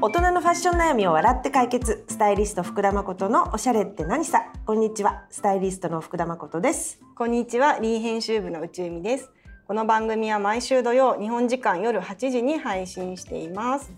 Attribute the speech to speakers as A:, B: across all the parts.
A: 大人のファッション悩みを笑って解決スタイリスト福田誠のおしゃれって何さこんにちはスタイリストの福田誠です
B: こんにちは、リー編集部の宇宙美です。この番組は毎週土曜、日本時間夜8時に配信しています。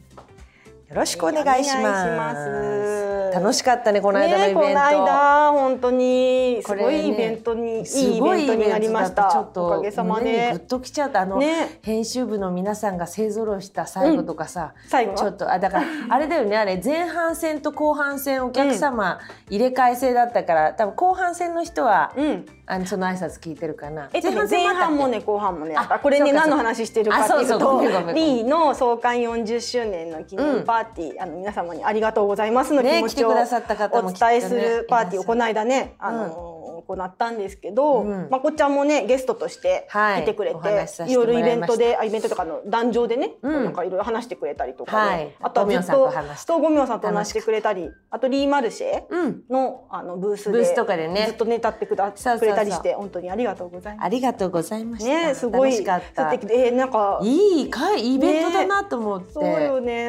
A: よろしくお願いします,、
B: お願いします
A: 楽しかったねこの間のイベント、
B: ねえこの間本当にすご
A: これね
B: いイベントに、いい
A: す
B: イ
A: ご
B: ベ
A: い
B: ン
A: イ
B: ト
A: ベ
B: にな
A: ン
B: り
A: ト
B: ま
A: だ
B: し
A: とちょ
B: た
A: っ。
B: おか
A: と
B: げさま
A: 胸に
B: で
A: グッ。ときちゃったあの、
B: ね
A: 編集部の皆さんが勢ぞろいした最後とかさ、
B: 最後
A: ちょっとあ だからあれだよねあれ前半戦と後半戦お客様入れ替え制だったから、多分後半戦の人は、
B: うん。
A: あのその挨拶聞いてるかな。
B: えっとね、前半もね後半もねやっぱこれ
A: そ
B: ね
A: うかそう
B: 何
A: か
B: の話してるかっていう
A: あそうそうご
B: と
A: めんごめん
B: リーの創刊40周年の記念パーティー、あの皆様にありがとうございますの気
A: ね
B: 持ち
A: 来て
B: を
A: く
B: お
A: ださった方もきっとね
B: 伝えするパーティーをこの間ねあ
A: うん
B: のー行ったんですけど、
A: うん
B: まこちゃんもねゲストとして
A: はい
B: 来てくれて,、
A: お話しさせても
B: ろい
A: らい
B: ろ
A: ま
B: イ
A: した
B: ベントであイベントとかの壇上でね、
A: うん
B: なんかいろいろ話してくれたりとかね、
A: はい
B: あとはず
A: ゴミ
B: っ
A: ョン
B: と
A: さんと話して
B: そうゴミョンさんと話してくれたりあとリーマルシェ
A: うん。
B: のあのブースで
A: ブースとかでね
B: ずっとね立ってくだ
A: そうそうそう
B: くれたりして本当にありがとうございます。
A: ありがとうございました。
B: ねすごい
A: 楽しかった。
B: 素敵で、えーなんか
A: いい会イベントだなと思って、
B: そうよね、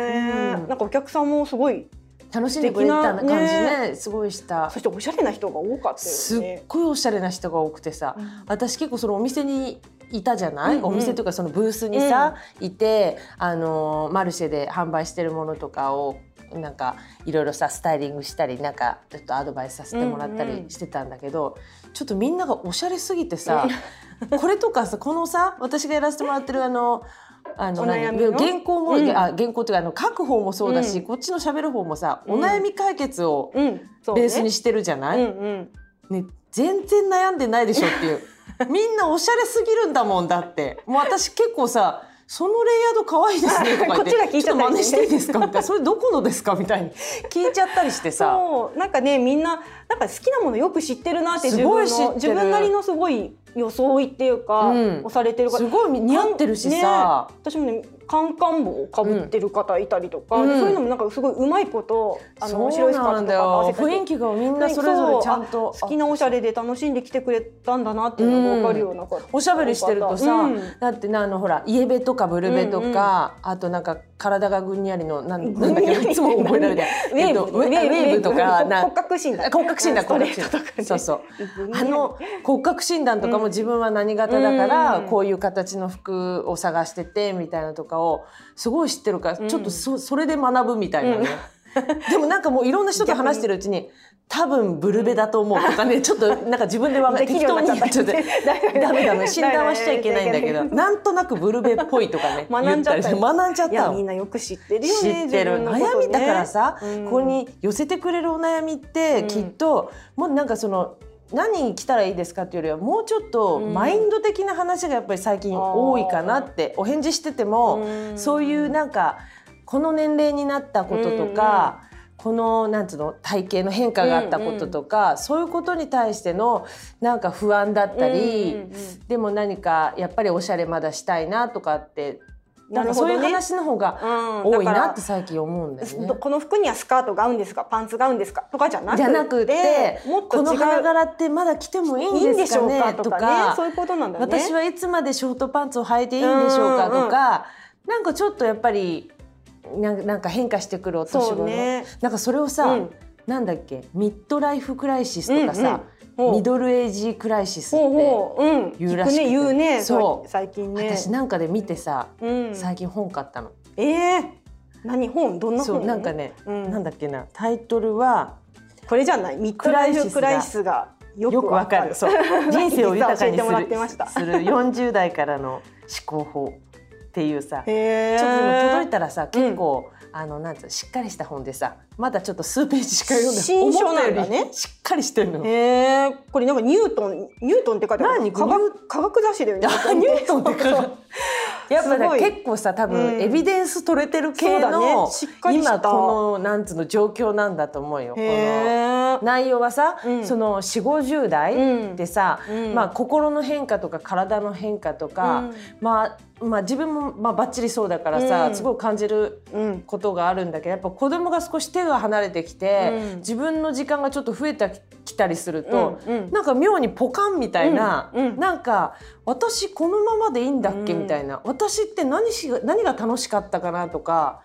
A: うん
B: なんかお客さんもすごい
A: 楽しんでくれてた感じ
B: 素
A: ねすごいした
B: そ。しておしゃれな人が多かった
A: す
B: よ
A: っ
B: ね。
A: ごいおしゃれな人が多くてさ、
B: うん
A: 私結構そのお店にいたじゃない、
B: うんうん
A: お店というかそのブースにさ、いてあのーマルシェで販売してるものとかをなんかいろいろさスタイリングしたりなんかちょっとアドバイスさせてもらった
B: うんう
A: り
B: ん
A: してたんだけど、ちょっとみんながおしゃれすぎてさ、これとかさこのさ私がやらせてもらってるあのあの
B: お悩み
A: 何
B: の
A: 原稿も、
B: うん
A: あ原稿っていうかあの書く方もそうだし、
B: うん
A: こっちの喋る方もさ、
B: うん
A: お悩み解決を
B: うん、そうね
A: ベースにしてるじゃない、
B: うんうん、
A: ね、全然悩んでないでしょっていう みんなおしゃれすぎるんだもんだってもう私結構さ「そのレイヤード可愛いですね」とか言って
B: こっちが聞いちゃったりして
A: ょっと真似していいですか?」みたいな「それどこのですか?」みたいに聞いちゃったりしてさ
B: そうなんかねみんななんか好きなものよく知ってるなって自
A: す
B: 分
A: ごい知って
B: の
A: る
B: 自分なりのすごい装いっていうか、
A: うん
B: をされてる方
A: すごい似合ってるしさ、
B: ね私もねカンカン帽をかぶってる方いたりとか、
A: うん
B: でそういうのもなんかすごいうまいことあの
A: そう
B: 白いスカー
A: な
B: ト
A: ん
B: と
A: だ
B: かと合わ
A: よ
B: せたり
A: 雰囲気がみんなそれぞれちゃんと
B: そうあ好きなおしゃれで楽しんできてくれたんだなっていうのが分かるようなこと、
A: おしゃべりしてるとさ、
B: うん
A: だってなあのほらイエベとかブルベとか、あとなんか体がぐにゃりのなんなんだっ
B: ぐにゃ
A: け
B: り
A: いつも覚えられない、
B: ウェーブ
A: えっとウェウェーブとか
B: な
A: な
B: 骨格診断
A: 骨格診断
B: ストレー
A: 骨
B: トとか
A: 格
B: ね
A: 診断そうそう
B: うん
A: あの骨格診断とかも自分は何型だから、
B: うん
A: こういう形の服を探しててみたいなとかをすごい知ってるから、
B: ん
A: ちょっとそそれで学ぶみたいなね、 でもなんかもういろんな人と話してるうちに多分ブルベだと思うとかねちょっとなんか自分で分か適当に言っちゃってダ メダメ診断はしちゃいけないん だけどなんとなくブルベっぽいとかね
B: 学んじゃ
A: 言
B: った
A: りして学んじゃっ
B: いや
A: た
B: み
A: の
B: んなよく知ってるよ
A: 知
B: ね
A: ってる、
B: 自分のこと
A: 悩
B: ね
A: みだからさ、
B: うん
A: ここに寄せてくれるお悩みって
B: うん
A: きっと、もうなんかその何に来たらいいですかっていうよりはもうちょっと
B: うん
A: マインド的な話がやっぱり最近多いかなってお返事してても、
B: うん
A: そういうなんかこの年齢になったこととか、このなんつうの体型の変化があったこととか、そういうことに対してのなんか不安だったり、
B: うんうんうん
A: でも何かやっぱりおしゃれまだしたいなとかってな
B: なんる
A: かそう
B: ほどね
A: いう話の方が
B: うん
A: 多い
B: だから
A: なって最近思うんだよね
B: ど。この服にはスカートが合うんですかパンツが合うんですかとかじゃなくて
A: じゃなくて
B: もっと違
A: こ
B: う
A: の花柄ってまだ着てもい
B: いい
A: い
B: ん
A: ん
B: で
A: で
B: し
A: す
B: ょ
A: か
B: う
A: ね
B: かと
A: と
B: かね
A: か
B: そういうことなんだね
A: 私はいつまでショートパンツを履いていいんでしょうかとか、なんかちょっとやっぱりなんなんか変化してくるお年
B: そう
A: 頃、
B: ね
A: なんかそれをさ、
B: うん
A: なんだっけミッドライフクライシスとかさ、
B: うんうんほう
A: ミドルエイジクライシスって、
B: ほうほううん
A: 言うらしくて
B: 聞くね言うね
A: そう
B: 最近ね
A: 私なんかで見てさ、
B: うん
A: 最近本買ったの。
B: ええ何本どんな
A: そう
B: 本
A: なんかね、
B: うん
A: なんだっけなタイトルは
B: これじゃないミッドライフク
A: ク
B: ラ
A: ラ
B: イ
A: イ
B: シ
A: シ
B: スがよ
A: よくわかる。 そう人生を豊かに
B: 実は教えて
A: す
B: もらってま
A: る
B: した
A: する40代からの思考法っていうさ。
B: へ
A: ちょ
B: え
A: っとでも届いたらさ結構、あのなんつうのしっかりした本でさまだちょっと数ページしか読んでない
B: 新書なん
A: 思
B: だね
A: ったよりしっかりしてるの。
B: へえこれなんかニュートンニュートンって書いてある
A: 何
B: 科学科学雑誌だよね
A: あニュートンって書いてあるやっぱ
B: すごい
A: ね結構さ多
B: う
A: 分
B: ん
A: エビデンス取れてる系
B: そうだ
A: の、
B: ねしっかりした
A: 今このなんつうの状況なんだと思うよ。こ
B: へ
A: の
B: え
A: の内容はさ、
B: うん
A: その4 5 0代でさ、
B: うん
A: まあ、心の変化とか体の変化とか、
B: うん
A: まあ、まあ自分も、まあ、ばっちりそうだからさ、
B: うん
A: すごい感じる
B: うん
A: ことがあるんだけどやっぱ子供が少し手が離れてきて、
B: うん
A: 自分の時間がちょっと増えてきたりすると、
B: うんうん
A: なんか妙にポカンみたいな、
B: うんうん
A: なんか私このままでいいんだっけ、
B: うん
A: みたいな私って何し何が楽しかったかなとか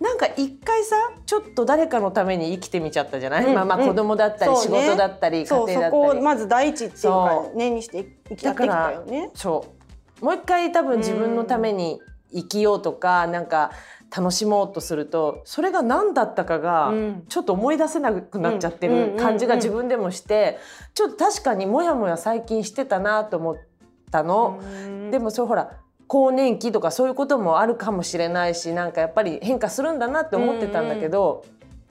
A: なんか一回さちょっと誰かのために生きてみちゃったじゃない、
B: うん
A: まあ、まあ
B: うん
A: 子供だったり、
B: そ
A: 仕
B: うね
A: 事だったり家庭
B: そう
A: だっ
B: そ
A: たり。
B: こをまず第一っていうか
A: そ
B: ねにして生きや
A: だ
B: っ
A: か
B: てきた
A: ら
B: よね。
A: そうもう一回多分自分のために生きようとか、なんか楽しもうとするとそれが何だったかが
B: うん
A: ちょっと思い出せなくなっちゃって
B: う
A: る
B: ん
A: 感じが
B: うんうんう
A: 自
B: ん
A: 分でもしてちょっと確かにモヤモヤ最近してたなと思ったの。で
B: も
A: もそうほら更年期とかそういうこともあるかもしれないしなんかやっぱり変化するんだなって思ってたんだけど、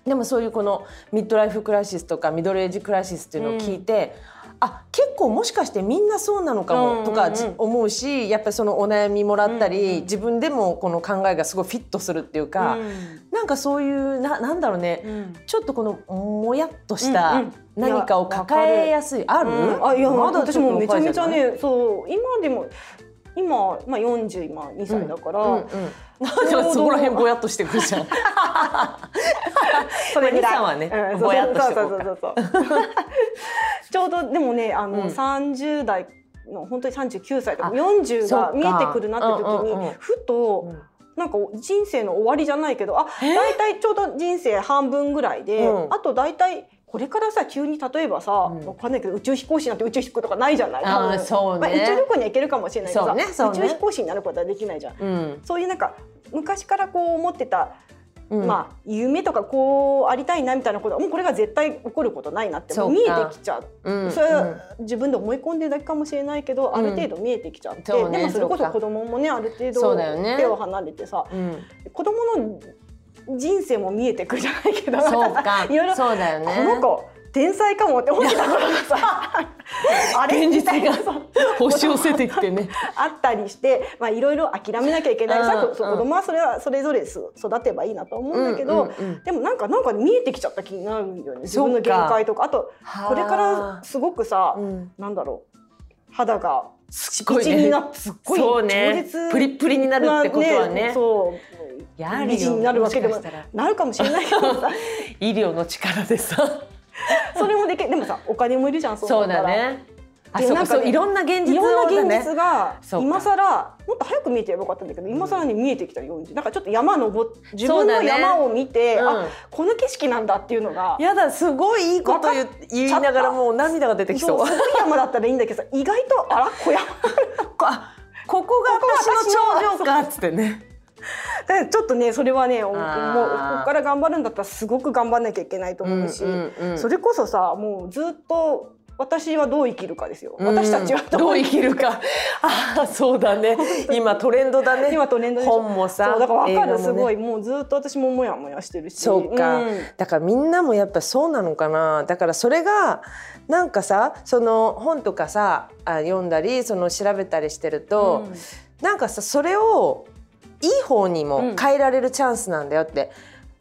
A: でもそういうこのミッドライフクライシスとかミドルエイジクライシスっていうのを聞いて、あ結構もしかしてみんなそうなのか
B: うんうんう
A: も
B: ん
A: とかじ思うしやっぱりそのお悩みもらったり、
B: うんうん
A: 自分でもこの考えがすごいフィットするっていうか、なんかそういうななんだろうね、ちょっとこのもやっとした
B: うんうんいや
A: 何かを抱えやすい、ある、
B: うんあいや私もめちゃめちゃ
A: ちょっと若いじ
B: ねそう今でも今まあ四十今二歳だから、
A: ゃない、うんうんなんかそこら辺ぼやっとしてくる じゃん。
B: それぐらい
A: まあ二歳はね
B: うん
A: ぼやっとして
B: そ
A: こ
B: うそう
A: う
B: そうそうそう ちょうどでもねあ
A: う
B: の
A: ん
B: 三十代の本当に39歳とか
A: あ
B: 40
A: そっ
B: が
A: か
B: 見えてくるなって時
A: うんうんう
B: に
A: ん
B: ふとなんか人生の終わりじゃないけどあ大体ちょうど人生半分ぐらいで、
A: うん
B: あと大体これからさ急に例えばさ、わ
A: うん
B: かんないけど宇宙飛行士なんて宇宙飛行とかないじゃない
A: あー
B: 多分
A: そうね
B: まあ、宇宙旅行には行けるかもしれないけどさ、
A: そうねそうね
B: 宇宙飛行士になることはできないじゃん。
A: うん
B: そういうなんか昔からこう思ってた、
A: うん
B: まあ、夢とかこうありたいなみたいなことはもうこれが絶対起こることないなってもう
A: そ
B: 見
A: う
B: え
A: か
B: てきちゃう
A: うん
B: それは自分で思い込んでるだけかもしれないけど、ある程度見えてきちゃって、
A: そうね
B: でもそれこ
A: そう
B: そ
A: か
B: 子供もねある程
A: そうだよ
B: 度
A: ね
B: 手を離れてさ、
A: うん
B: 子供の人生も見えてくるじゃないけど
A: そうか
B: いろいろ、
A: そうだよね
B: この子天才かもって思って たことがさあれ
A: 現実が
B: みたいな そう
A: 押し寄せてきてね
B: あったりして、まあ、いろいろ諦めなきゃいけないさ、
A: うん
B: そう
A: うん
B: 子供はそれはそれぞれす育てばいいなと思うんだけど、
A: うんうんうん
B: でもなんかなんか見えてきちゃった気になるよね自
A: そうか
B: 分の限界とかあと
A: はあ
B: これからすごくさ、
A: うん
B: なんだろう肌が
A: すっ
B: 口
A: ごい
B: にな
A: ね
B: ってすっごい
A: そう
B: 強
A: ね
B: 烈
A: プリップリになるってことはね
B: そう
A: やるよ
B: 美人になるわけでも
A: もしかしたら
B: なるかもしれないけど さ
A: 医療の力でさ
B: それもできでもさお金もいるじゃん
A: そう
B: なっ
A: だ
B: たら
A: ねあ
B: で
A: そう
B: なん
A: か
B: かね
A: そういろんな現
B: い
A: 実
B: ろ
A: を
B: ん
A: ね
B: な現実が
A: そうか
B: 今更もっと早く見えてればよかったんだけど今更に見えてきたようになんかちょっと山登っ自分の山を見て、
A: そうだねうん
B: あこの景色なんだっていうのが
A: やだすごいいいこと言う
B: わかっ
A: 言いながらもう涙が出てきそう
B: そうすごい山だったらいいんだけどさ意外とあら小山
A: あここが私の頂上かっつってね
B: だからちょっとねそれはねもうここ
A: あー
B: から頑張るんだったらすごく頑張んなきゃいけないと思うし、
A: うんうんうん
B: それこそさもうずっと私はどう生きるかですよ、私たちは
A: どう生きるかああそうだね今トレンドだね
B: 今トレンドでしょ
A: 本もさ
B: そうだから分か
A: 映画も
B: る、
A: ね
B: すごいもうずっと私もモヤモヤしてるし
A: そうか、
B: ん
A: だからみんなもやっぱそうなのかなだからそれがなんかさその本とかさあ読んだりその調べたりしてると、
B: うん
A: なんかさそれをいい方にも変えられるチャンスなんだよって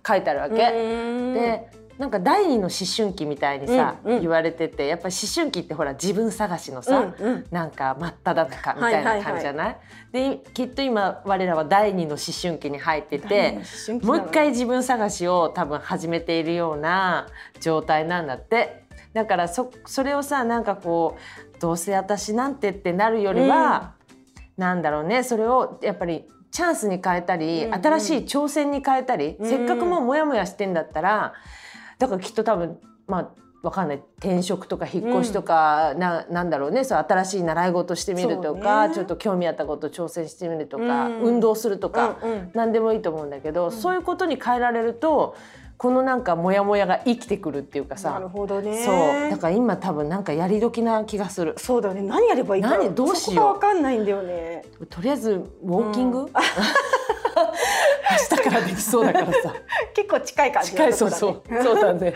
A: 書いてあるわけ。
B: で
A: でなんか第二の思春期みたいにさ、
B: うんうん
A: 言われててやっぱ思春期ってほら自分探しのさ、
B: うんうん
A: なんか真っ只中みたいな感じじゃない,、できっと今我らは第二の思春期に入ってて
B: 第二の思春期
A: も
B: な
A: う
B: の
A: 一回自分探しを多分始めているような状態なんだって。だからそそれをさなんかこうどうせ私なんてってなるよりは、なんだろうねそれをやっぱりチャンスに変えたり、
B: うんうん
A: 新しい挑戦に変えたり、
B: うん
A: せっかくもうモヤモヤしてんだったらだからきっと多分まあわかんない転職とか引っ越しとか、ななんだろうねそう新しい習い事してみると
B: そ
A: か、
B: うね
A: ちょっと興味あったこと挑戦してみるとか、
B: うん
A: 運動するとか、
B: うんうん
A: 何でもいいと思うんだけど、そういうことに変えられるとこのなんかモヤモヤが生きてくるっていうか
B: な
A: さ
B: る、ほどね
A: そうだから今多分なんかやり時な気がする。
B: そうだよね何やればいいか
A: 何どうしよう
B: そこが分かんないんだよね
A: とりあえずウォーキング、 明日からできそうだから さ
B: 結構近い感じの
A: 近い
B: とこ
A: そう
B: だね
A: そうそうだね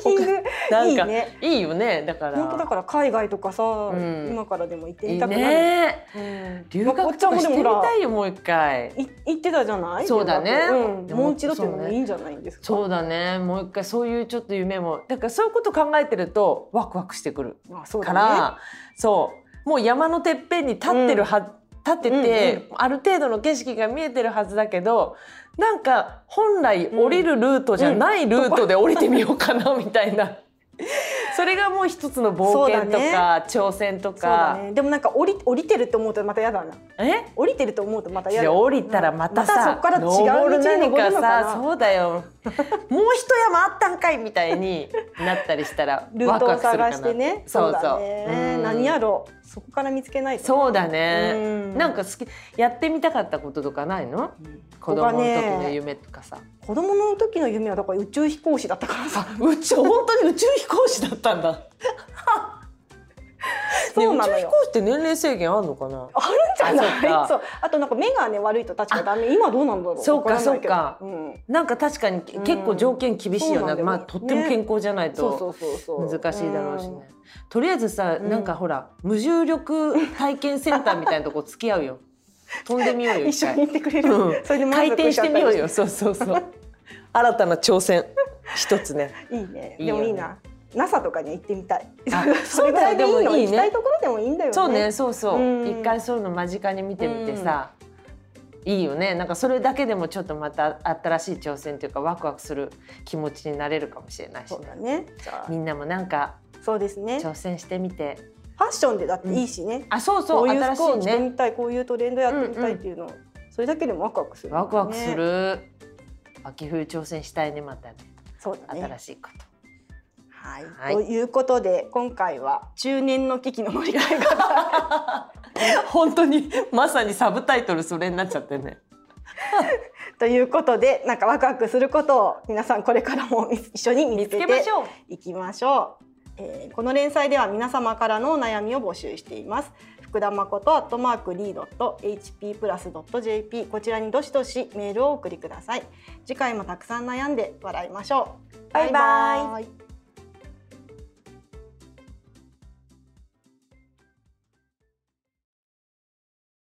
B: キング
A: なん
B: いい
A: か
B: ね
A: いいよねだから
B: 本当だから海外とかさ、
A: ん
B: 今からでも行って
A: い
B: み
A: い
B: たくなる。
A: ね
B: うん
A: 留
B: まあこっ
A: 学
B: ちは
A: とか
B: もう
A: して
B: でも
A: み
B: ほら
A: たいよもう一回
B: い行ってたじゃない
A: そうだね
B: 留学
A: で
B: うん、
A: も
B: もう一度っていうの
A: そう
B: も
A: ね
B: いいんじゃないんですか
A: そうだねもう一回そういうちょっと夢もだからそういうこと考えてるとワクワクしてくる
B: あそう
A: か
B: だ
A: らそうもう山のてっぺんに立ってるは、立ってて、ある程度の景色が見えてるはずだけどなんか本来降りるルートじゃないルートで降りてみようかなみたいな、それがもう一つの冒険と
B: そう
A: か、挑戦と
B: そうだ
A: か、
B: ねでもなんか降り降りてると思うとまたやだな
A: え
B: 降りてると思うとまた
A: じ
B: や
A: ゃ
B: だ
A: あ降りたらまたさ、
B: またそこから違う道に登るの
A: 登
B: かな
A: 何さそうだ よもう一山あったんかいみたいになったりしたら
B: ルー
A: ワク
B: ト
A: ワ
B: を
A: クするかな
B: 探してね
A: そうそう
B: だね
A: うん
B: 何やろうそこから見つけないと
A: そうだね
B: うん
A: なんか好きやってみたかったこととかないの子供の時の夢とかさ、
B: 子供の時の夢はだから宇宙飛行士だった からさ
A: 宇宙本当に宇宙飛行士だったん だ
B: そうな
A: ね
B: の
A: 宇宙飛行
B: よ
A: 士って年齢制限あんのかな
B: あるんじゃない
A: あ
B: あ
A: そ
B: そうあとなんか目がね悪いと確かダメ今どうなんだろう
A: そうか
B: わんないけど
A: そうか
B: うん
A: なんか確かに結構条件厳しいよね、
B: うん
A: まあとっても健康じゃないと、
B: そうそうそうそう
A: 難しいだろうしね、
B: ん
A: とりあえずさ、なんかほら無重力体験センターみたいなとこ付き合う よ飛んでみようよ
B: 一
A: 一
B: 緒に
A: 回
B: 行ってくれる、
A: うん
B: それで満
A: 回
B: 足
A: 転
B: し
A: し
B: ちゃ
A: て
B: った
A: みよ
B: り
A: うよそうそうそう 新たな挑戦一つね
B: いいね
A: いい
B: で
A: よね
B: もいいな NASA とかには行ってみたい
A: あ
B: それぐらいでいい
A: そうだよ
B: の
A: でもいいね
B: 行きたいところでもいいんだよね
A: そうねそうそう
B: うん
A: 一回そういうの間近に見てみてさ、いいよねなんかそれだけでもちょっとまた新しい挑戦というかワクワクする気持ちになれるかもしれないし、
B: そうだ
A: ね、
B: ねじゃあ
A: みんなもなんか
B: そうですねフ
A: 挑戦してみて
B: ァッションでだっていいしね、
A: あそう
B: こ
A: そうう
B: いう
A: 新し
B: 服を
A: い
B: 着て
A: ね
B: みたいこういうトレンドやってみたいっていうのを、それだけでもワクワクする、
A: ワクワクす
B: ね
A: る、秋冬挑戦したいねまたね
B: そうだね
A: 新しいこと。
B: はい、
A: はい
B: ということで今回は中年の危機の乗り換え方
A: 本当にまさにサブタイトルそれになっちゃってね。
B: ということでなんかワクワクすることを皆さんこれからも一緒に見つけて
A: ょう。
B: いきましょう、えーこの連載では皆様からのお悩みを募集しています福田誠アットマークリードット HP プラスドット JP こちらにどしどしメールをお送りください次回もたくさん悩んで笑いましょう
A: バイバイ
B: イ